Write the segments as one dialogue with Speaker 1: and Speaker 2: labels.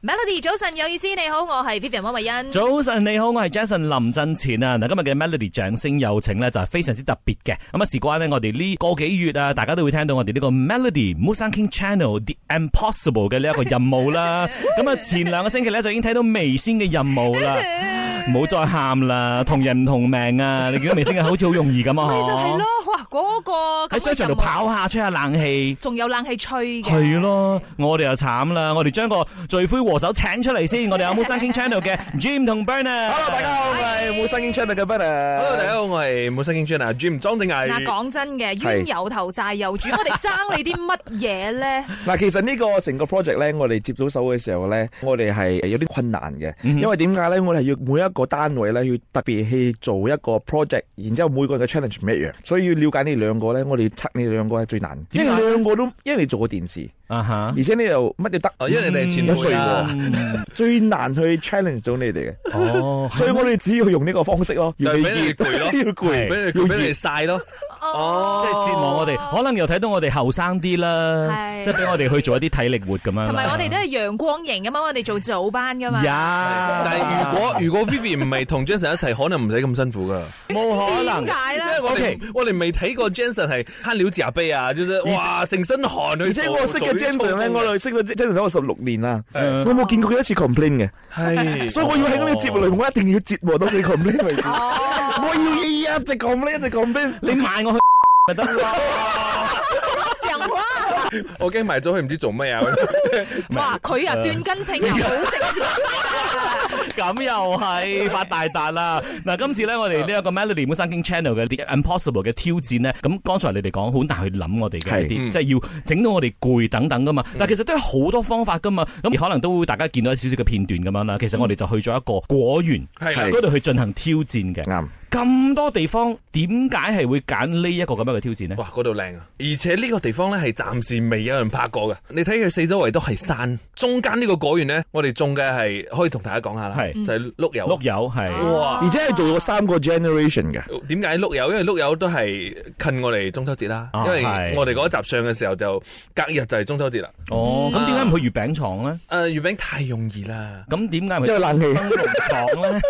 Speaker 1: Melody 早晨有意思，你好，我係 Vivian 溫慧欣。
Speaker 2: 早晨，你好，我係 Jason 林振前啊！嗱，今日嘅 Melody 掌聲有請呢，就係非常之特別嘅。咁啊，事關呢，我哋呢個幾月啊，大家都會聽到我哋呢個 Melody Musang King Channel The Impossible 嘅呢一個任務啦。咁啊，前兩個星期呢，就已經睇到微先嘅任務啦，唔好再喊啦，同人唔同命啊！你見到微先嘅好似好容易咁
Speaker 1: 咪就
Speaker 2: 啊
Speaker 1: 係，咯，哇，嗰個咁嘅
Speaker 2: 喺商場度
Speaker 1: 任務，
Speaker 2: 跑下，吹下冷氣。
Speaker 1: 仲有冷氣吹嘅，
Speaker 2: 係咯，我哋又慘啦！我哋將個罪魁禍首請出嚟先，我哋有 Musang King Channel 嘅 Jim 同 Bernard。
Speaker 3: Hello，大家好，我係冇新經 channel 嘅 b e n a
Speaker 4: Hello，大家好，我係冇新經 Jun 啊，Jim 莊正
Speaker 1: 嗱，
Speaker 4: 毅。
Speaker 1: 講真嘅，
Speaker 3: 係
Speaker 1: 冤有頭債有 主，我哋爭你啲乜嘢咧？
Speaker 3: 嗱，其實呢個成個 project 咧，我哋接到手嘅時候咧，我哋係有啲困難嘅，
Speaker 4: 嗯
Speaker 3: 因為點解咧？我哋係要每一個單位咧，要特別去做一個 project，然之後每個人嘅 challenge 唔一樣，所以要了解呢兩個咧，我哋測呢兩個係最難嘅，因
Speaker 2: 點解
Speaker 3: 為兩個都因為你做過電視，
Speaker 2: 啊哈。
Speaker 3: 而且你又乜都得，嗯
Speaker 4: 哦，因為你哋係前輩啦，
Speaker 3: 最難去 challenge 到你哋嘅，
Speaker 2: 哦，
Speaker 3: 所以我哋只要用呢個方式咯，
Speaker 4: 就
Speaker 3: 要
Speaker 4: 係
Speaker 3: 你
Speaker 4: 俾你
Speaker 3: 熱，
Speaker 4: 哋攰 咯，
Speaker 3: 要
Speaker 4: 俾
Speaker 3: 攰，
Speaker 4: 你俾你哋晒咯。
Speaker 2: 即係折磨我
Speaker 4: 哦
Speaker 2: 哋，可能又睇到我哋後生啲啦，
Speaker 1: 係
Speaker 2: 即係俾我哋去做一啲體力活咁樣啦。
Speaker 1: 同埋我哋都係陽光型噶嘛，我哋做早班噶嘛，
Speaker 2: 呀，
Speaker 4: 但係如果如果 Vivi 唔係同 Jason 一齊，可能唔使咁辛苦噶。
Speaker 2: 冇可能
Speaker 1: 點，解
Speaker 4: 因
Speaker 1: 咧
Speaker 4: 為？我
Speaker 2: OK
Speaker 4: 哋我哋未睇過 Jason 係慳料自卑啊，就是哇成身汗啊去
Speaker 3: 而且我識嘅 Jensen 咧，
Speaker 4: 啊
Speaker 3: 我哋識咗 Jensen 咗我十六年啦，
Speaker 2: 嗯
Speaker 3: 我冇見過佢一次 complain 嘅。
Speaker 4: 係，
Speaker 3: 所以我要喺我哋節目裏面，我一定要折磨到你 complain 為止。
Speaker 1: 哦，
Speaker 3: 我要一直 complain，一直 complain。
Speaker 2: 你賣我去咪得咯？
Speaker 1: 鄭華，
Speaker 4: 我驚埋咗佢唔知做乜啊。
Speaker 1: 哇，佢啊斷根稱啊，好 直接。
Speaker 2: 咁又係發大達啦！嗱，今次咧我哋
Speaker 4: 啊
Speaker 2: 呢一個 Melody 本身經 Channel 嘅 The Impossible 嘅挑戰咧，咁剛才你哋講好難去諗我哋嘅一
Speaker 4: 係
Speaker 2: 啲，
Speaker 4: 嗯
Speaker 2: 即係要整到我哋攰等等噶嘛。但其實都有好多方法噶嘛，咁可能都會大家見到一少少嘅片段咁樣啦。其實我哋就去咗一個果園
Speaker 4: 係
Speaker 3: 係
Speaker 2: 嗰度去進行挑戰嘅。
Speaker 3: 啱，
Speaker 2: 咁多地方，點解係會揀呢一個咁樣嘅挑戰呢？
Speaker 4: 哇，嗰度靚啊！而且呢個地方咧係暫時未有人拍過嘅。你睇佢四周圍都係山，中間呢個果園咧，我哋種嘅係可以同大家講下啦，
Speaker 2: 係
Speaker 4: 就係碌柚。啊
Speaker 2: 碌柚係
Speaker 4: 哇！
Speaker 3: 而且係做咗三個 generation 嘅。
Speaker 4: 點解碌柚？因為碌柚都係近我哋中秋節啦，
Speaker 2: 啊
Speaker 4: 因
Speaker 2: 係
Speaker 4: 為我哋嗰集上嘅時候就隔日就係中秋節啦。
Speaker 2: 哦，咁點解唔去月餅廠呢？
Speaker 4: 誒、月餅太容易啦，
Speaker 2: 咁點解唔
Speaker 3: 因
Speaker 2: 去
Speaker 3: 為冷氣，
Speaker 2: 燈籠廠呢？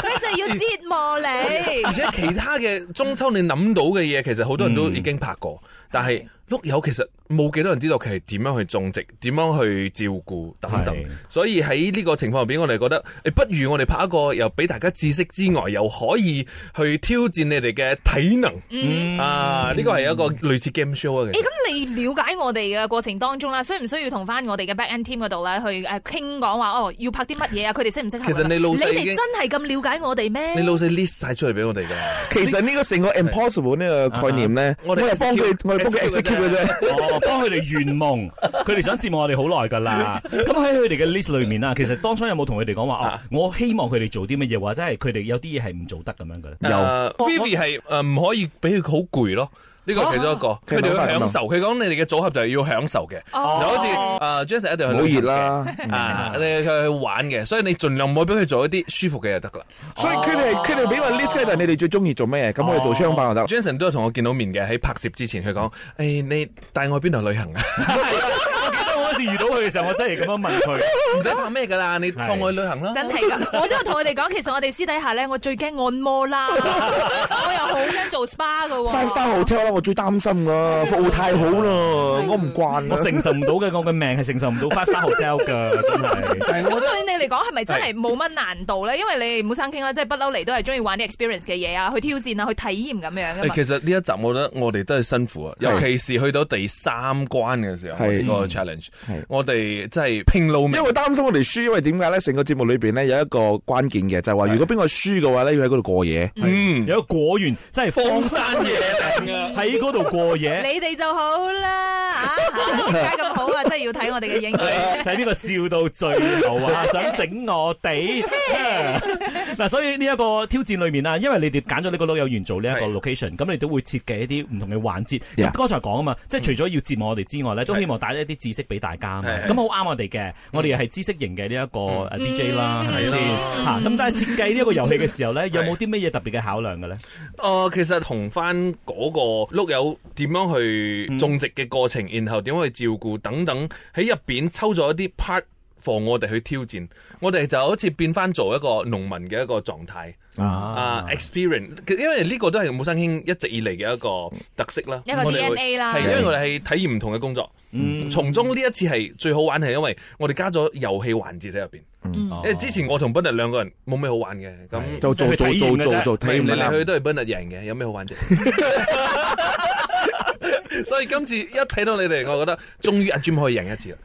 Speaker 1: 佢就係要折磨你
Speaker 4: 而。且其他嘅中秋你諗到嘅嘢，其實好多人都已經拍過，但係碌柚其實冇幾多人知道佢係點樣去種植、點樣去照顧等等
Speaker 2: 係。
Speaker 4: 所以喺呢個情況入邊，我哋覺得誒，不如我哋拍一個又俾大家知識之外，又可以去挑戰你哋嘅體能、
Speaker 2: 嗯
Speaker 4: 啊！呢個係一個類似 game show 啊。其實
Speaker 1: 誒，咁你了解我哋嘅過程當中啦，需唔需要同翻我哋嘅 back end team 嗰度咧去誒傾講話哦，要拍啲乜嘢啊？佢哋適唔適合啊？
Speaker 4: 其實你老細
Speaker 1: 你
Speaker 4: 已
Speaker 1: 哋
Speaker 4: 經
Speaker 1: 真係咁了解我哋咩？
Speaker 4: 你老細 list 晒出嚟俾我哋噶，
Speaker 3: 其實呢個成個 impossible 呢個概念咧，我
Speaker 4: 我哋
Speaker 3: 哋幫佢
Speaker 4: execute，，
Speaker 3: 我哋幫佢
Speaker 4: execute
Speaker 3: execute 嘅啫。
Speaker 2: 哦，幫佢哋圓夢，佢哋想節目我哋好耐㗎啦。咁喺佢哋嘅 list 裏面啊，其實當初有冇同佢哋講話哦
Speaker 4: 啊？
Speaker 2: 我希望佢哋做啲乜嘢，或者係佢哋有啲嘢係唔做得咁樣嘅 咧？
Speaker 3: 有
Speaker 4: 呃 Vivi 係誒唔可以俾佢好攰咯。呢
Speaker 3: 啊
Speaker 4: 個係其中一個，佢哋要享受。佢講你哋嘅組合就係要享受嘅，就
Speaker 1: 哦
Speaker 4: 好似誒 Jason 一定
Speaker 3: 唔
Speaker 4: 去
Speaker 3: 好
Speaker 4: 旅
Speaker 3: 熱
Speaker 4: 行嘅
Speaker 3: 啦。
Speaker 4: 啊，你佢去玩嘅，所以你盡量唔好俾佢做一啲舒服嘅就得噶啦。
Speaker 3: 所以佢哋佢哋俾我 list 咧，就係你哋最中意做乜嘢，咁我哋做相反就得。
Speaker 4: Jason 都有同我見到面嘅，喺拍攝之前佢講：誒你帶我去邊度旅行 啊？
Speaker 2: 我記得我嗰時遇到佢嘅時候，我真係咁樣問佢。
Speaker 4: 唔使拍咩噶啦，你放我去旅行啦。
Speaker 1: 真係噶，我都有同佢哋講，其實我哋私底下咧，我最驚按摩 啦，我又好驚做 SPA 噶
Speaker 3: Five
Speaker 1: 喎。
Speaker 3: star hotel 啦，我最擔心噶，服務太好啦，我唔慣
Speaker 2: 我
Speaker 3: 啊。
Speaker 2: 承受唔到嘅，我嘅命係承受唔到 five star hotel 㗎，真係。
Speaker 4: 但係我覺
Speaker 1: 咁對你嚟講係咪真係冇乜難度咧？因為你唔好生傾啦，即係不嬲嚟都係中意玩啲 experience 嘅嘢啊，去挑戰啊，去體驗咁樣噶
Speaker 4: 得
Speaker 1: 嘛
Speaker 4: 誒，。其實呢一集我覺得我哋都係辛苦啊，尤其是去到第三關嘅時候，我
Speaker 3: 係嗯
Speaker 4: 哋嗰個 challenge，
Speaker 3: 係
Speaker 4: 我哋真係拼老命
Speaker 3: 因。為擔心我哋輸，因為點解咧？成個節目裏邊咧有一個關鍵嘅，就係話如果邊個輸嘅話咧，要喺嗰度過夜。
Speaker 4: 嗯，
Speaker 2: 有個果園真係荒山野
Speaker 4: 嶺啊
Speaker 2: 喺嗰度過夜。
Speaker 1: 你哋就好啦，啊，嚇點解咁好啊？真係要睇我哋嘅影 片。
Speaker 2: 睇呢個笑到最後啊！想整我 哋啊嗱，所以呢一個挑戰裏面啊，因為你哋揀咗呢個老友園做呢一個
Speaker 4: 係
Speaker 2: location，咁你都會設計一啲唔同嘅環節。
Speaker 3: Yeah
Speaker 2: 咁剛才講啊嘛，即係除咗要節目我哋之外咧，都
Speaker 4: 係
Speaker 2: 希望帶一啲知識俾大家啊嘛。
Speaker 4: 係係嗯
Speaker 2: 咁好啱我哋嘅，我哋又係知識型嘅呢一個呃 DJ 啦，係咪先
Speaker 4: 係
Speaker 2: 嚇？咁但係設計呢一個遊戲嘅時候咧，有冇
Speaker 4: 係
Speaker 2: 啲乜嘢特別嘅考量嘅咧？
Speaker 4: 誒，哦其實同翻嗰個碌柚點樣去種植嘅過程，然後點樣去照顧等等，喺入邊抽咗一啲 part 放我哋去挑戰，我哋就好似變翻做一個農民嘅一個狀態
Speaker 2: 嗯
Speaker 4: 啊，experience，因為呢個都係冇生興一直以嚟嘅一個特色啦，
Speaker 1: 一個
Speaker 4: 我哋會
Speaker 1: DNA 啦
Speaker 4: 係因為我哋係體驗唔同嘅工作，嗯
Speaker 2: 嗯
Speaker 4: 從中呢一次係最好玩係因為我哋加咗遊戲環節喺入邊，
Speaker 2: 哦
Speaker 4: 因為之前我同 b e 兩個人冇咩好玩嘅，咁
Speaker 3: 啊就做做做做做
Speaker 4: 唔係
Speaker 3: 睇唔
Speaker 4: 嚟
Speaker 3: 啦
Speaker 4: 嚟去去。都係 b e 贏嘅，有咩好玩啫？ 所以今次一睇到你哋，我覺得終於阿 Jim 可以贏一次啦。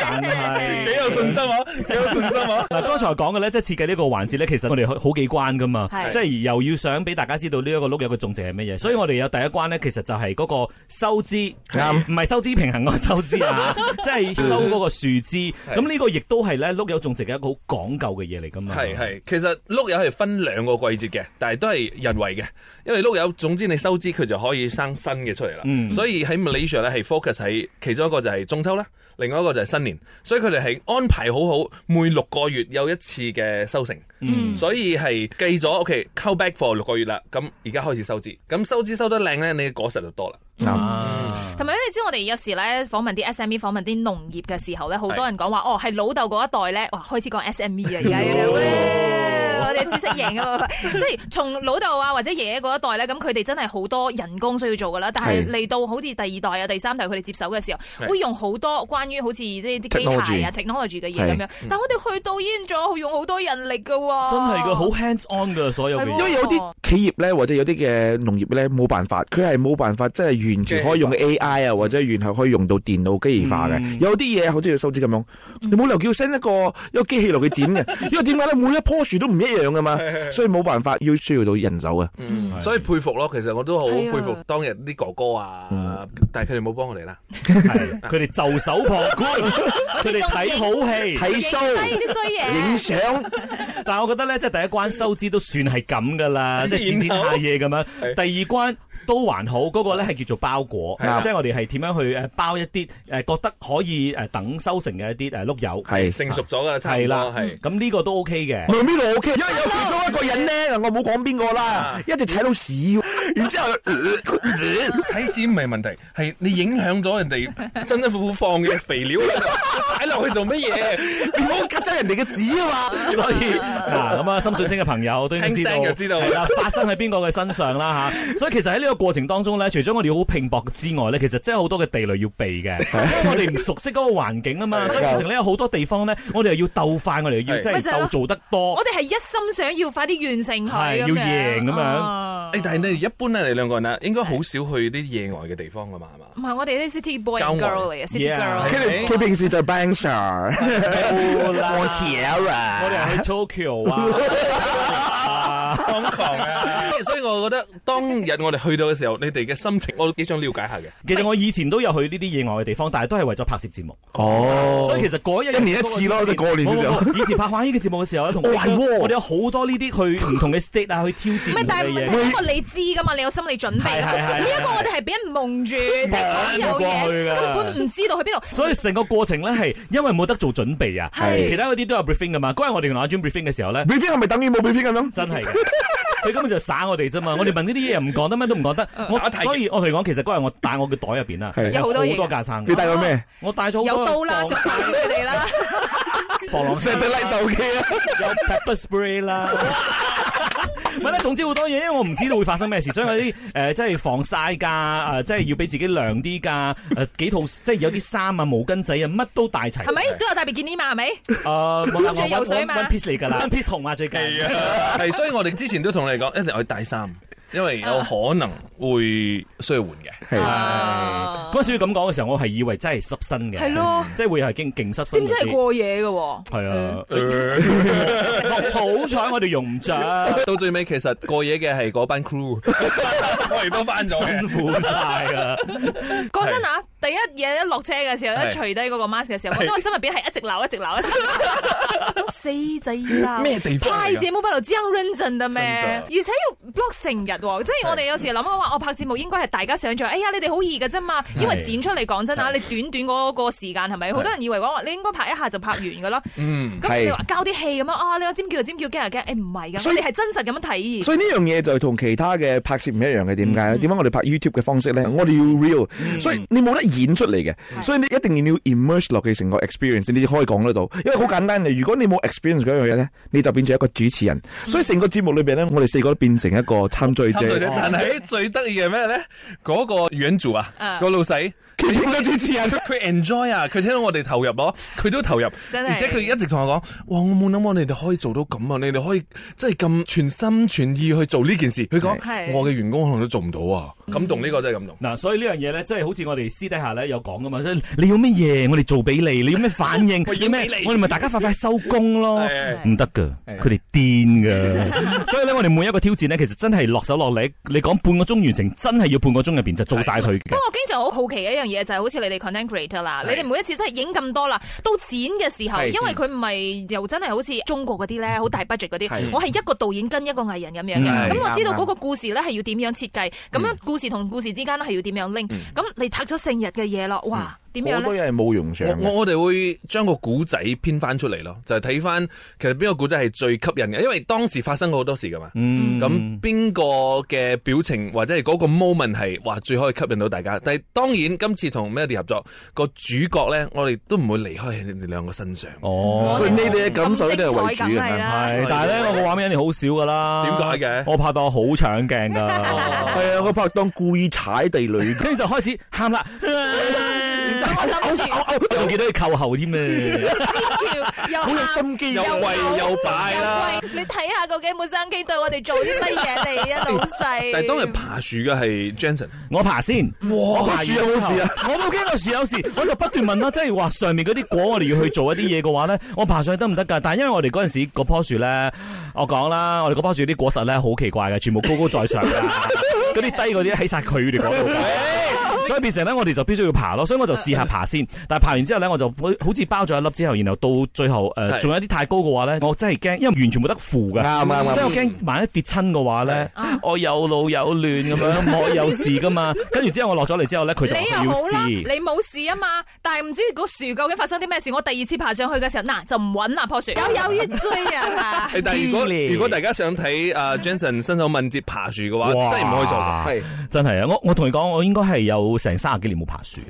Speaker 2: 但係
Speaker 4: 幾有信心啊！幾有信心啊！
Speaker 2: 嗱，剛才講嘅咧，即係設計呢個環節咧，其實我哋好好幾關噶嘛，
Speaker 1: 係
Speaker 2: 即係又要想俾大家知道呢一個碌柚嘅種植係乜嘢，所以我哋有第一關咧，其實就係嗰個收支，
Speaker 3: 啱
Speaker 2: 唔係收支平衡嗰個收支 啊，即係收嗰個樹枝。咁呢個亦都係咧碌柚種植嘅一個好講究嘅嘢嚟噶嘛。
Speaker 4: 係係，其實碌柚係分兩個季節嘅，但係都係人為嘅，因為碌柚總之你收枝佢就可以生新嘅出嚟啦。
Speaker 2: 嗯
Speaker 4: 所以喺 Malaysia 咧係 focus 喺其中一個就係中秋啦，另外一個就係新年，所以佢哋係安排好好，每六個月有一次嘅收成。
Speaker 1: 嗯
Speaker 4: 所以係計咗，OK，c o back for 六個月啦，咁而家開始收枝，咁收枝收得靚咧，你嘅果實就多啦。
Speaker 2: 啊，
Speaker 1: 同埋咧，你知我哋有時咧訪問啲 SME、訪問啲農業嘅時候咧，好多人講話哦，係老豆嗰一代咧，哇開始講 SME 啊，而家我哋知識型啊嘛，即係從老豆啊或者爺爺嗰一代咧，咁佢哋真係好多人工需要做噶啦。但係
Speaker 3: 係
Speaker 1: 嚟到好似第二代啊、第三代佢哋接手嘅時候，
Speaker 4: 係
Speaker 1: 會用好多關於好似即係啲機械啊、technology 嘅嘢咁樣。但我哋去到已經咗用好多人力噶喎，
Speaker 2: 真係嘅，好 hands on 嘅所有嘅
Speaker 1: 係
Speaker 2: 嘢
Speaker 1: 喎
Speaker 3: 因。為有啲企業咧，或者有啲嘅農業咧，冇辦法，佢係冇辦法，即係完全可以用 AI 啊，或者完全可以用到電腦機械化嘅。
Speaker 2: 嗯
Speaker 3: 有啲嘢好似要收枝咁樣，你冇理由叫 send 一個一個機器落去剪嘅，因為點解咧？每一棵樹都唔一樣噶嘛，所以冇辦法，要需要到人手啊。
Speaker 4: 嗯
Speaker 2: 係
Speaker 4: 所以佩服咯，其實我都好
Speaker 1: 係啊
Speaker 4: 佩服當日啲哥哥啊，但係佢哋冇幫我哋啦。
Speaker 2: 係佢哋袖手旁 觀，佢哋睇好戲。
Speaker 3: 睇 show
Speaker 1: 啲衰嘢
Speaker 3: 影。相，
Speaker 2: 但係我覺得咧，即係第一關收支都算係咁噶啦， 即係剪剪下嘢咁樣。第二關都還好，嗰、個咧係叫做包裹，即
Speaker 3: 係啊
Speaker 2: 係我哋係點樣去誒包一啲誒覺得可以誒等收成嘅一啲誒碌柚。
Speaker 3: 係
Speaker 4: 成熟咗噶啦，差唔
Speaker 2: 係
Speaker 4: 多
Speaker 2: 啦，
Speaker 4: 係。
Speaker 2: 咁呢個都 OK 嘅。
Speaker 3: 咪邊度 OK？因為有其中一個人咧，我冇講邊個啦
Speaker 4: 啊，
Speaker 3: 一直踩到屎， 然之後。呃
Speaker 4: 睇屎唔係問題，係你影響咗 人哋辛辛苦苦放嘅肥料，擺落去做乜 嘢？
Speaker 3: 你唔好夾咗人哋嘅屎 啊嘛！
Speaker 2: 所以 嗱咁啊，深水清嘅朋友都已經知
Speaker 4: 聽聲
Speaker 2: 道，
Speaker 4: 就知道
Speaker 2: 係啦，發生喺邊個嘅身上啦 吓。所以其實喺呢個過程當中咧，除咗我哋好拼搏之外咧，其實真係好多嘅地雷要避嘅，因為我哋唔熟悉嗰個環境啊嘛，
Speaker 4: 係
Speaker 2: 所以其實咧有好多地方咧，我哋又要鬥快，我哋又要
Speaker 4: 係
Speaker 2: 即係
Speaker 1: 咪就係咯
Speaker 2: 鬥做得多
Speaker 1: 我。哋係一心想要快啲完成佢
Speaker 2: 哦係
Speaker 1: 咁
Speaker 2: 要贏咁樣
Speaker 1: 啊
Speaker 4: 誒，但係你哋一般咧，你兩個人啊，應該好少去啲野外嘅地方噶嘛，係嘛？
Speaker 1: 唔係我哋啲 city boy and
Speaker 4: 郊
Speaker 1: girl
Speaker 4: 外
Speaker 1: 嚟嘅 city
Speaker 2: Yeah
Speaker 3: 佢
Speaker 1: girl，
Speaker 3: 哋佢平時就 bang sir，
Speaker 2: 啦我哋係去 Tokyo 啊，
Speaker 4: 瘋狂啊！所以我覺得當日我哋去到嘅時候，你哋嘅心情我都幾想了解下 嘅。
Speaker 2: 其實我以前都有去呢啲野外嘅地方，但係都係為咗拍攝節目，
Speaker 3: 哦
Speaker 2: 所以其實嗰一日
Speaker 3: 一年一次咯即係過年嘅時候
Speaker 2: 冇冇冇以前拍玩呢個節目嘅時候咧，同
Speaker 3: 哦係喎
Speaker 2: 我哋有好多呢啲去唔同嘅 state 啊，去挑
Speaker 1: 唔
Speaker 2: 戰
Speaker 1: 係
Speaker 2: 唔同
Speaker 1: 但係
Speaker 2: 嘅
Speaker 1: 問題
Speaker 2: 嘢。
Speaker 1: 呢個你知㗎嘛？你有心理準備㗎嘛。
Speaker 2: 係係係
Speaker 1: 呢一個我哋係俾人蒙 住，即係所有
Speaker 2: 過去
Speaker 1: 嘢根
Speaker 2: 㗎
Speaker 1: 本唔知道去邊度。
Speaker 2: 所以成個過程咧係因為冇得做準備啊，
Speaker 1: 係
Speaker 2: 其他嗰啲都有 briefing 噶嘛。嗰日我哋同阿 Jun briefing 嘅時候咧，
Speaker 3: briefing 係咪等於冇 briefing 咁樣？
Speaker 2: 真係嘅。佢根本就耍我哋啫嘛，我哋問呢啲嘢又唔講得，乜都唔講得。
Speaker 1: 啊
Speaker 4: 打
Speaker 2: 我
Speaker 4: 太極
Speaker 2: 所以我同你講，其實嗰日我帶我嘅袋入邊啊，
Speaker 3: 係
Speaker 1: 有好多嘢㗎
Speaker 2: 多架撐
Speaker 3: 你
Speaker 2: 嘅，
Speaker 3: 帶過咩？
Speaker 2: 我帶咗好
Speaker 1: 有
Speaker 2: 多
Speaker 1: 刀啦，
Speaker 2: 防
Speaker 1: 食晒佢哋啦，
Speaker 2: 防狼
Speaker 3: 石地拉手機啊！
Speaker 2: 有 pepper spray 啦。唔係咧，總之好多嘢，因為我唔知道會發生咩事，所以有 啲誒、呃即係防曬㗎，誒、啊即係要俾自己涼啲㗎，誒、啊幾套即係有啲衫啊、毛巾仔啊，乜都帶齊。
Speaker 1: 係咪都有帶 bikini 嘛？係咪？
Speaker 2: 誒，冇啦，
Speaker 1: 諗住
Speaker 2: 我
Speaker 1: 游水
Speaker 2: one
Speaker 1: 嘛
Speaker 2: one piece 嚟㗎啦，one piece 紅啊最近。
Speaker 4: 係，所以我哋之前都同你講，一定要帶衫，因為有可能會需要換嘅。
Speaker 1: 啊
Speaker 2: 嗰陣時佢咁講嘅時候，我係以為真係濕身嘅，
Speaker 1: 係咯，
Speaker 2: 即係會係勁勁濕身
Speaker 1: 點
Speaker 2: 嗰
Speaker 1: 知係
Speaker 2: 啲。
Speaker 1: 過夜嘅喎？
Speaker 2: 係啊，
Speaker 4: 呃
Speaker 2: 好彩我哋用唔着，
Speaker 4: 到最尾其實過夜嘅係嗰班 crew，我哋都翻咗嘅
Speaker 2: 辛苦晒啊啦。
Speaker 1: 講真啊，第一嘢一落車嘅時候，一
Speaker 4: 係
Speaker 1: 除低嗰個 mask 嘅時候，我覺得我心入邊係一直鬧，一直鬧，一直 鬧死仔啦！
Speaker 4: 咩地方嚟㗎
Speaker 1: 拍節目不如這樣 r 真的咩？
Speaker 4: 真㗎
Speaker 1: 而且要 block 成日喎，即係我哋有時諗嘅話，我拍節目應該係大家想象，哎呀，你哋好易嘅啫嘛，因為剪出嚟講真啊，你短短嗰個時間係咪？好多人以為講話你應該拍一下就拍完㗎啦，
Speaker 4: 嗯，
Speaker 1: 咁
Speaker 3: 係
Speaker 1: 你話交啲戲咁樣啊，你有尖叫就尖叫，驚又驚，誒唔係㗎，
Speaker 3: 所以
Speaker 1: 我哋係真實咁樣體驗。
Speaker 3: 所以呢樣嘢就同其他嘅拍攝唔一樣嘅，點解咧？點解我哋拍 YouTube 嘅方式咧？我哋要 real，所以你冇得係演出嚟嘅，
Speaker 1: 係
Speaker 3: 所以你一定要 immerse 落去成個 experience，你可以講得到。因為好簡單嘅，如果你冇 experience 嗰樣嘢咧，你就變咗一個主持人。所以成個節目裏邊咧，我哋四個都變成一個參賽
Speaker 4: 插
Speaker 3: 者
Speaker 4: 隊啫。但
Speaker 3: 哦
Speaker 4: 係最得意嘅咩咧？嗰個院主啊
Speaker 1: 啊，
Speaker 4: 個老細。
Speaker 3: 佢變咗主持人。
Speaker 4: 佢佢 enjoy 啊！佢聽到我哋投入咯，佢都投入，
Speaker 1: 真係
Speaker 4: 而且佢一直同我講：，哇！我冇諗過你哋可以做到咁啊！你哋可以即係咁全心全意去做呢件事。佢講：
Speaker 1: 係嗯
Speaker 4: 我嘅員工可能都做唔到啊！感動呢個真係感動。
Speaker 2: 嗱，所以呢樣嘢咧，即係好似我哋私底下咧有講噶嘛，即係你要乜嘢，我哋做俾你，你要咩反應，
Speaker 4: 我要
Speaker 2: 要咩
Speaker 4: 俾，你
Speaker 2: 我哋咪大家快快收工咯
Speaker 4: 係，
Speaker 2: 唔得噶，
Speaker 4: 係
Speaker 2: 佢哋癲噶， 所以咧我哋每一個挑戰咧，其實真係落手落力，你講半個鐘完成，真係要半個鐘入邊就做晒佢
Speaker 1: 不
Speaker 2: 嘅
Speaker 1: 過。我經常好好奇嘅一樣嘢就係、好似你哋 content creator 啦，你
Speaker 4: 係
Speaker 1: 哋每一次真係影咁多啦，到剪嘅時候，
Speaker 4: 係
Speaker 1: 因為佢唔係又真係好似中國嗰啲
Speaker 3: 嗯
Speaker 1: 咧，好大 budget 嗰
Speaker 4: 係
Speaker 1: 啲，我係一個導演跟一個藝人咁樣
Speaker 2: 嗯
Speaker 1: 嘅，
Speaker 4: 係
Speaker 1: 咁我知道嗰個故事咧係要點樣設計，咁樣故事同故事之間咧係要點樣 link，咁你拍咗成日嘅嘢咯，哇，點樣
Speaker 3: 嗯 好多
Speaker 1: 咧？
Speaker 3: 嘢係啊冇用上
Speaker 4: 我
Speaker 3: 嘅。
Speaker 4: 我我哋會將個古仔編翻出嚟咯，就係睇翻其實邊個古仔係最吸引嘅，因為當時發生過好多事噶嘛。
Speaker 2: 嗯
Speaker 4: 咁邊個嘅表情或者係嗰個 moment 係哇最可以吸引到大家？但係當然今次同 Melody 合作個主角咧，我哋都唔會離開你哋兩個身上。
Speaker 2: 哦，
Speaker 3: 所以呢啲嘅感受一定係為
Speaker 1: 咁
Speaker 3: 主啊
Speaker 1: 精
Speaker 3: 嘅
Speaker 1: 彩梗係啦
Speaker 2: 係，但係咧我個畫面一定好少噶啦。
Speaker 4: 點解嘅
Speaker 2: 我拍檔好搶鏡
Speaker 3: 係
Speaker 2: 噶，
Speaker 3: 啊，個拍檔故意踩地雷。
Speaker 2: 跟住就開始喊 啦。
Speaker 1: 我諗住
Speaker 2: 我仲記得佢扣後添啊咧，
Speaker 1: 尖叫又
Speaker 3: 好有
Speaker 1: 喊
Speaker 3: 心機
Speaker 4: 又
Speaker 3: 啊！
Speaker 4: 喂又擺啦
Speaker 1: 又喂你睇下究竟本生機對我哋做啲乜嘢你啊，老 細。
Speaker 4: 但係當日爬樹嘅係 Jensen，
Speaker 2: 我爬先，我爬完
Speaker 3: 樹有
Speaker 2: 之後
Speaker 3: 事啊！
Speaker 2: 我冇驚到樹有事，我就不斷問啦，即係話上面嗰啲果我哋要去做一啲嘢嘅話咧，我爬上去得唔得㗎？但係因為我哋嗰陣時嗰棵樹咧，我講啦，我哋嗰棵樹啲果實咧好奇怪嘅，全部高高在上 㗎，嗰啲低嗰啲喺晒佢哋嗰度㗎。
Speaker 3: 哎
Speaker 2: 所以變成咧，我哋就必須要爬咯，所以我就試下爬先。但係爬完之後咧，我就好好似包咗一粒之後，然後到最後誒，
Speaker 4: 係
Speaker 2: 仲、有一啲太高嘅話咧，我真係驚，因為完全冇得扶㗎。
Speaker 3: 啱啱啊
Speaker 2: 即係
Speaker 3: 啱
Speaker 2: 我。驚萬一跌親嘅話咧，
Speaker 1: 啊
Speaker 2: 我有路有亂咁樣， 我有事噶嘛。跟住之後我落咗嚟之後咧，佢就話
Speaker 1: 你
Speaker 2: 佢
Speaker 1: 又
Speaker 2: 要
Speaker 1: 好啦，
Speaker 2: 試
Speaker 1: 你。冇事啊嘛，但係唔知個樹究竟發生啲咩事。我第二次爬上去嘅時候，嗱就唔穩啦棵樹， 有有越追啊！
Speaker 4: 但係如果
Speaker 2: Really？
Speaker 4: 如果大家想睇啊 Jensen 身手敏捷爬樹嘅話，
Speaker 2: 哇
Speaker 4: 真係唔可以做嘅。
Speaker 3: 係
Speaker 2: 真係啊！我我同你講，我應該係有成三十幾年冇爬樹，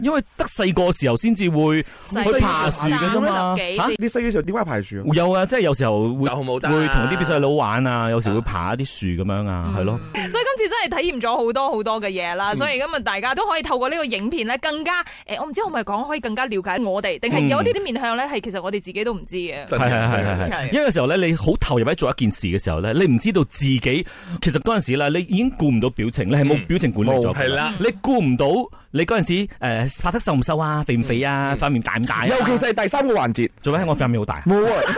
Speaker 2: 因為得細個時候先至會去爬樹嘅啫嘛。
Speaker 1: 細
Speaker 2: 嚇
Speaker 1: 個
Speaker 3: 你細嘅時候點解排樹啊？
Speaker 2: 有啊，即係有時候會
Speaker 4: 就好冇得啊
Speaker 2: 會同啲變細佬玩啊，有時會爬一啲樹咁樣
Speaker 1: 嗯
Speaker 2: 啊，係咯。
Speaker 1: 所以今次真係體驗咗好多好多嘅嘢
Speaker 3: 嗯
Speaker 1: 啦，所以今日大家都可以透過呢個影片咧，更加誒，我唔知可唔可以講可以更加了解我哋，
Speaker 3: 嗯
Speaker 1: 定係有啲啲面向咧係其實我哋自己都唔知嘅。
Speaker 4: 真
Speaker 2: 係
Speaker 4: 嘅
Speaker 2: 係係係係，
Speaker 1: 係
Speaker 2: 因為有時候咧，你好投入喺做一件事嘅時候咧，你唔知道自己其實嗰陣時咧，你已經顧唔到表情，你係嗯冇表情管理咗㗎嘛。
Speaker 4: 係啦，
Speaker 2: 啊你顧唔到你嗰陣時誒拍得瘦唔瘦啊，肥唔肥啊，塊面大唔大
Speaker 4: 哎
Speaker 2: 啊？
Speaker 3: 嗯尤其是係第三個環節，
Speaker 2: 做咩？我塊面好大。
Speaker 3: 冇啊！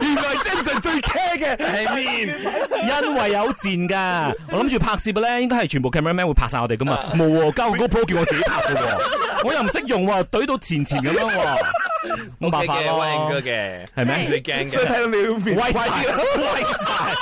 Speaker 3: 原來 Jason 最 care 嘅
Speaker 4: 係面
Speaker 2: 因為有賤噶，我諗住拍攝嘅咧，應該係全部 cameraman 會拍晒我哋噶嘛，
Speaker 3: 啊
Speaker 2: 冇喎，交個 GoPro 叫我自己拍嘅 喎，我又唔識用喎，懟到前前咁樣喎，冇辦法
Speaker 4: 嘅威應
Speaker 2: 咯，
Speaker 4: 嘅，
Speaker 2: 係咪
Speaker 4: 最驚
Speaker 3: 所以睇
Speaker 4: 嘅。
Speaker 3: 到你面
Speaker 2: 威晒，
Speaker 3: 快啲啦
Speaker 2: 威晒，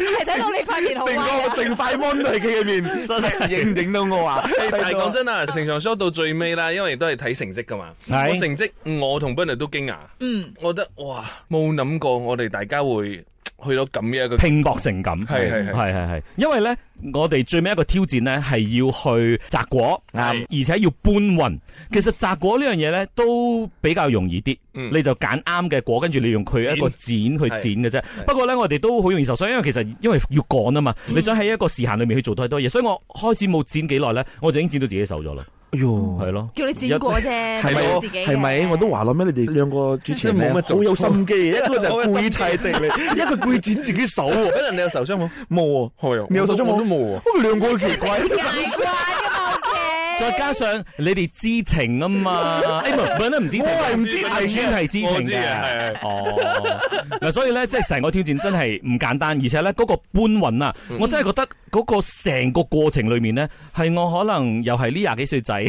Speaker 1: 係睇到你塊面好
Speaker 3: 成
Speaker 1: 歪啊
Speaker 3: 個成塊 mon 都係佢嘅面，
Speaker 2: 真係
Speaker 3: 影唔影到我啊？
Speaker 4: 但係講真啊，成場 show 到最尾啦，因為都係睇成績噶嘛。
Speaker 2: 係
Speaker 4: 我成績，我同 b e n 都驚訝，
Speaker 1: 嗯，
Speaker 4: 我覺得哇，冇諗過我哋大家會去到咁嘅一個
Speaker 2: 拼搏成咁，
Speaker 4: 係係係
Speaker 2: 係係係，因為咧，我哋最尾一個挑戰咧係要去摘果，啊
Speaker 4: 係
Speaker 2: 而且要搬運。其實摘果呢樣嘢咧都比較容易啲，
Speaker 4: 嗯
Speaker 2: 你就揀啱嘅果，跟住你用佢一個剪去剪嘅啫。不過咧，我哋都好容易受傷，因為其實因為要趕啊嘛，
Speaker 4: 嗯
Speaker 2: 你想喺一個時限裏面去做太多嘢，所以我開始冇剪幾耐咧，我就已經剪到自己手咗啦，
Speaker 3: 哎呦，
Speaker 2: 係咯。
Speaker 1: 叫你剪過啫，
Speaker 3: 係
Speaker 4: 咪
Speaker 1: 你
Speaker 4: 我
Speaker 1: 自己嘅
Speaker 3: 係咪？我都話咯，咩你哋兩個主持人咧
Speaker 4: 真係冇乜做
Speaker 3: 好有心 機，一個就
Speaker 4: 好
Speaker 3: 係
Speaker 4: 有心機
Speaker 3: 故意砌 地嚟，一個故意剪自己手喎，
Speaker 4: b e 你有受傷冇？
Speaker 3: 冇啊！
Speaker 4: 係啊
Speaker 3: 你有受傷冇
Speaker 4: 我都冇喎。
Speaker 3: 不過兩個奇 怪，
Speaker 1: 奇怪嘅嘛，OK
Speaker 2: 再加上你哋知情啊 嘛，誒唔係唔知情，
Speaker 3: 我係唔知情嘅啊
Speaker 2: 專係知情
Speaker 4: 我知嘅係
Speaker 2: 嘅
Speaker 4: 係。
Speaker 2: 哦，嗱，所以咧，即係成個挑戰真係唔簡單，而且咧嗰個搬運啊，
Speaker 3: 嗯
Speaker 2: 我真係覺得嗰個成個過程裏面咧，係我可能又係呢廿幾歲仔，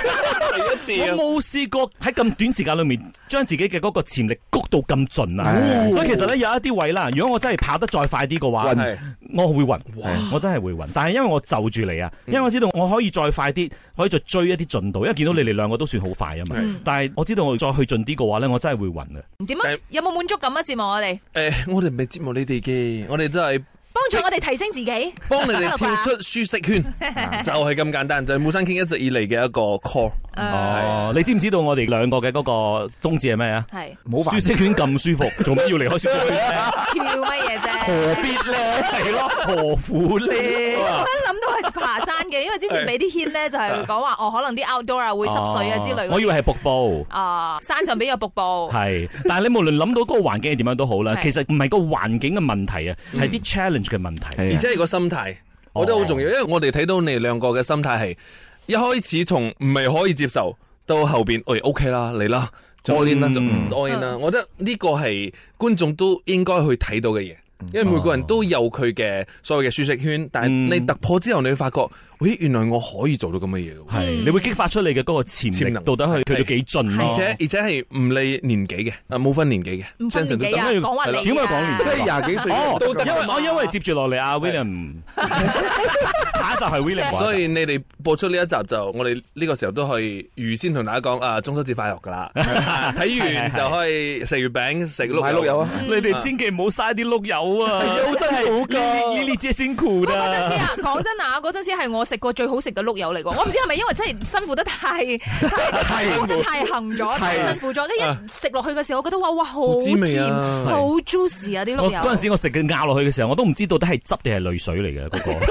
Speaker 4: 第一次啊，
Speaker 2: 我冇試過喺咁短時間裏面將自己嘅嗰個潛力谷到咁盡啊！
Speaker 3: 係
Speaker 2: 所以其實咧有一啲位啦，如果我真係跑得再快啲嘅話，
Speaker 3: 暈
Speaker 4: 係
Speaker 2: 我會暈，我真係會暈。但係因為我就住你啊，因為我知道我可以再快啲，可以再追一啲進度，因為見到你哋兩個都算好快啊嘛
Speaker 4: 嗯。
Speaker 2: 但係我知道我再去盡啲嘅話咧，我真係會暈啊！
Speaker 1: 點啊
Speaker 4: 誒？
Speaker 1: 有冇滿足感啊？節目我哋
Speaker 4: 誒，我哋唔係折磨你哋嘅，我哋都係
Speaker 1: 幫助我哋提升自己，
Speaker 4: 幫你哋跳出舒適圈，就係咁簡單，就係 Musan King 一直以嚟嘅一個 core。
Speaker 2: 哦，你知唔知道我哋兩個嘅嗰個宗旨係咩啊？
Speaker 1: 係
Speaker 3: 唔好
Speaker 2: 舒
Speaker 3: 煩。
Speaker 2: 適圈咁舒服，做咩要離開舒適圈咧？
Speaker 1: 跳乜嘢 啫？
Speaker 2: 何必咧？ 係咯，何苦 咧？
Speaker 1: 我一諗到係爬山嘅，因為之前俾啲 hint 咧，就係講話哦，可能啲 outdoor 啊會濕水啊之類
Speaker 2: 哦我
Speaker 1: 嗰啲。
Speaker 2: 以為係瀑布。
Speaker 1: 啊，山上邊有 瀑布，
Speaker 2: 系，但系你無論諗到嗰個環境係點樣都好啦，
Speaker 1: 係
Speaker 2: 其實唔係個環境嘅問題啊，係啲 challenge 嘅問題。嗯
Speaker 3: 係
Speaker 4: 而且係個心態，我覺得好重要，因為我哋睇到你哋兩個嘅心態係一開始從唔係可以接受到後邊，喂 OK 啦，嚟啦
Speaker 3: All in 啦
Speaker 4: 就
Speaker 3: 嗯
Speaker 4: all in 啦。我覺得呢個係觀眾都應該去睇到嘅嘢。因為每個人都有佢嘅所謂嘅舒適圈，但
Speaker 2: 嗯
Speaker 4: 係你突破之後，你會發覺，咦，原來我可以做到咁嘅嘢嘅喎，
Speaker 2: 係，你會激發出你嘅嗰個潛
Speaker 4: 潛
Speaker 2: 力，
Speaker 4: 能
Speaker 2: 到底去去到幾盡咯？
Speaker 4: 而且而且係唔理年紀嘅，啊冇分年紀嘅，
Speaker 1: 唔分年紀啊
Speaker 2: 真係，
Speaker 1: 講話你啊
Speaker 2: 點會講年
Speaker 3: 即
Speaker 2: 紀
Speaker 3: 係廿幾歲
Speaker 2: 哦，
Speaker 3: 都
Speaker 2: 因
Speaker 3: 得㗎
Speaker 2: 為我因為接住落嚟阿 William，下一集係 William，
Speaker 4: 所以你哋播出呢一集就我哋呢個時候都可以預先同大家講啊，中秋節快樂噶啦！ 睇完就可以食月餅、食碌
Speaker 3: 買碌柚啊！
Speaker 2: 你哋千祈唔好嘥啲碌友啊，好辛苦噶，Lily 姐辛苦
Speaker 1: 嗰陣時
Speaker 2: 啦。
Speaker 1: 啊，講真啊，嗰陣時係我食過最好食嘅碌柚嚟㗎。我唔知係咪因為真係辛苦得 太太辛得太行咗，太辛苦咗。跟
Speaker 2: 啊
Speaker 1: 住食落去嘅時候，我覺得哇哇好
Speaker 4: 好滋味
Speaker 1: 甜，
Speaker 4: 啊
Speaker 1: 好 juicy 啊啲
Speaker 2: 我
Speaker 1: 碌柚。
Speaker 2: 嗰陣時我食嘅咬落去嘅時候，我都唔知到底係汁定係淚水 嚟嘅嗰個。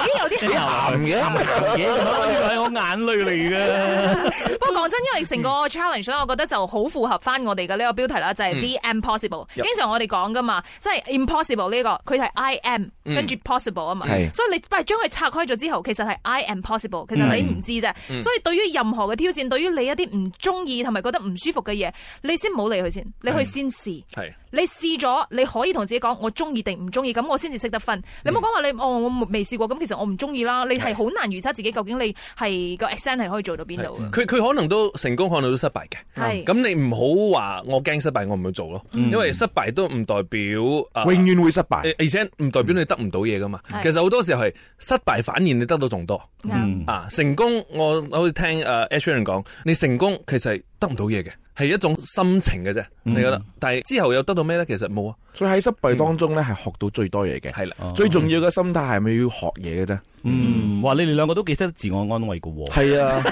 Speaker 1: 已經有啲 鹹
Speaker 2: 鹹嘅，鹹嘢咁樣，原來係我眼淚嚟嘅。
Speaker 1: 不過講真，因為成個 challenge 咧，我覺得就好符合翻我哋嘅呢個標題啦，就係 The Impossible。經常我哋講噶嘛，即係 impossible 呢個，佢係 I am 跟住 possible 啊嘛。
Speaker 3: 係
Speaker 1: 所以你將佢拆開咗之後，其實係 I am possible。其實你唔知啫。所以對於任何嘅挑戰，對於你一啲唔中意同埋覺得唔舒服嘅嘢，你先唔好理佢先，你去先試。
Speaker 4: 係
Speaker 1: 你試咗，你可以同自己講我中意定唔中意，咁我先至識得分。你冇講話你哦，我未試過，咁其實我唔中意啦。你係好難預測自己究竟你係個 extent 係可以做到邊度啊嘅。
Speaker 4: 佢佢可能都成功，可能都失敗嘅。
Speaker 1: 係
Speaker 4: 咁你唔好話我驚失敗，我唔去做咯，因為失敗都唔代表啊
Speaker 3: 永遠會失敗
Speaker 4: 而。而且唔代表你得唔到嘢噶嘛。
Speaker 1: 係
Speaker 4: 其實好多時候係失敗反而你得到仲多。
Speaker 2: 嗯
Speaker 1: 啱
Speaker 4: 啊！成功，我好似聽誒 H 人講，你成功其實係得唔到嘢嘅，係一種心情嘅啫。你覺得？但係之後又得到咩咧？其實冇啊，
Speaker 3: 所以喺失敗當中咧，係學到最多嘢嘅。
Speaker 4: 係啦。
Speaker 3: 最重要嘅心態係咪要學嘢嘅啫？
Speaker 2: 嗯，哇！你哋兩個都幾識得自我安慰嘅喎，
Speaker 3: 係啊，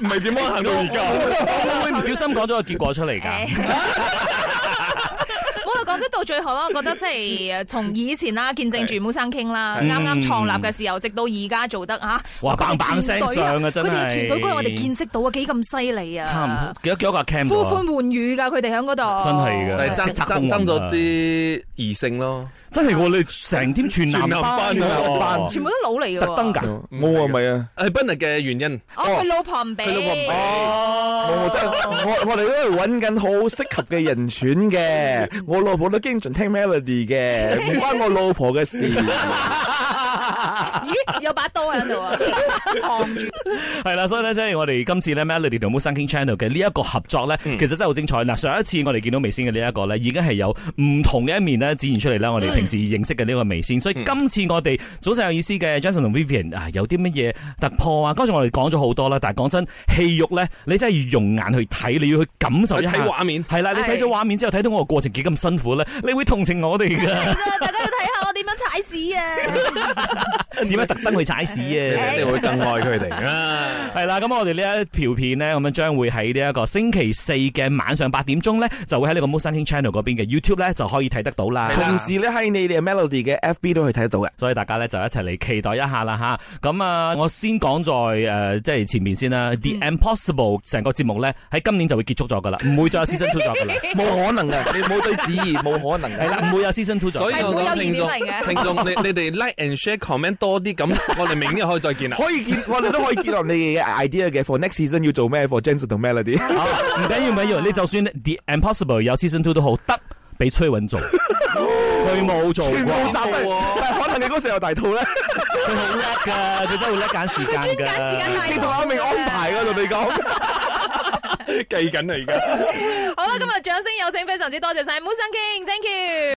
Speaker 4: 唔係點樣行到 而家？啊
Speaker 2: 會唔會唔小心講咗個結果出
Speaker 1: 誒
Speaker 2: 嚟㗎？
Speaker 1: 冇啦，講真到最後啦，我覺得即係呃從以前啦，見證住 m 生傾啦，
Speaker 2: 係
Speaker 1: 啱啱創立嘅時候，直到而家做得啊，
Speaker 2: 哇
Speaker 1: 我覺得
Speaker 2: 棒棒聲
Speaker 1: 團隊啊
Speaker 2: 上啊真係
Speaker 1: 佢哋團隊嗰日我哋見識到啊，幾咁犀利
Speaker 2: 差唔
Speaker 1: 啊，
Speaker 2: 多幾多幾多架 cam
Speaker 1: 呼
Speaker 2: 度啊
Speaker 1: 歡喚雨㗎，佢哋喺嗰度，
Speaker 2: 真係㗎
Speaker 4: 但係爭
Speaker 2: 即係
Speaker 4: 爭
Speaker 2: 公
Speaker 4: 爭咗
Speaker 2: 啊
Speaker 4: 啲異性咯，
Speaker 2: 真係喎！你哋成天全男班
Speaker 4: 全男班
Speaker 2: 喎，
Speaker 1: 全部都佬嚟㗎喎，
Speaker 2: 特登㗎。
Speaker 3: 我啊咪啊，
Speaker 4: 係 b e n 嘅原因。
Speaker 1: 哦，佢老婆唔俾，
Speaker 4: 佢老婆唔 俾啊
Speaker 3: 我真係我我哋都係揾緊好適合嘅人選嘅。我老婆都經常聽 melody 嘅，唔關我老婆嘅事。
Speaker 1: 咦，有把刀喺度 啊，扛住，
Speaker 2: 係啦，所以咧，即係我哋今次咧 Melody 同 Musang King Channel 嘅呢一個合作咧，
Speaker 4: 嗯
Speaker 2: 其實真係好精彩。嗱，上一次我哋見到微先嘅呢一個咧，已經係有唔同嘅一面咧展現出嚟啦。我
Speaker 4: 嗯
Speaker 2: 哋平時認識嘅呢個微先，所以今次我哋早上有意思嘅 Jason 同 Vivian 啊，有啲乜嘢突破啊？剛才我哋講咗好多啦，但係講真，戲肉咧，你真係要用眼去睇，你要去感受一下
Speaker 4: 去睇畫面
Speaker 2: 係啦，你睇咗畫面之後，睇到我個過程幾咁辛 苦咧，你會同情我哋㗎。
Speaker 1: 大家要睇下我點樣踩屎啊！
Speaker 2: 點解特登去踩 屎啊？
Speaker 4: 一定會更愛佢哋啊！
Speaker 2: 系啦，咁我哋呢一條片呢，咁樣將會喺呢一個星期四嘅晚上八點鐘呢，就會喺呢個 Motion King Channel 嗰邊嘅 YouTube 呢，就可以睇得到啦。
Speaker 3: 同時咧喺你哋 melody 嘅 FB 都可以睇得到嘅。
Speaker 2: 所以大家呢，就一齊嚟期待一下啦吓。咁啊，我先講在诶、呃即係前面先啦。The Impossible 成個節目呢，喺今年就會結束咗噶啦，唔會再有 Season Two 咗噶 啦。
Speaker 3: 冇可能嘅，你冇對子怡，冇可能
Speaker 2: 係
Speaker 3: 嘅。
Speaker 2: 啦，唔會有 Season Two 咗。
Speaker 4: 所以我
Speaker 1: 係好
Speaker 4: 講
Speaker 1: 有意
Speaker 4: 聽眾
Speaker 1: 見嚟嘅
Speaker 4: 聽眾，你你哋 like and share comment 多啲，咁我哋明日可以再 見啦。
Speaker 3: 可以見，我哋都可以見到你哋嘅 idea 嘅。For next season 要做咩？For Jensen 同 Melody。
Speaker 2: 好唔緊要唔緊要，你就算 The Impossible 有 Season Two 都好，得俾崔允做，佢冇做
Speaker 3: 全部
Speaker 2: 過。
Speaker 3: 集都，但係可能你嗰時候有大肚咧，
Speaker 2: 佢好叻噶，佢真係好叻揀時間
Speaker 1: 專揀時間
Speaker 2: 㗎。
Speaker 1: 太
Speaker 3: 你同阿明安排嘅，同你講。
Speaker 4: 計緊啦而家。
Speaker 1: 好啦，今日掌聲有請，非常之多謝晒 m 生傾，thank you。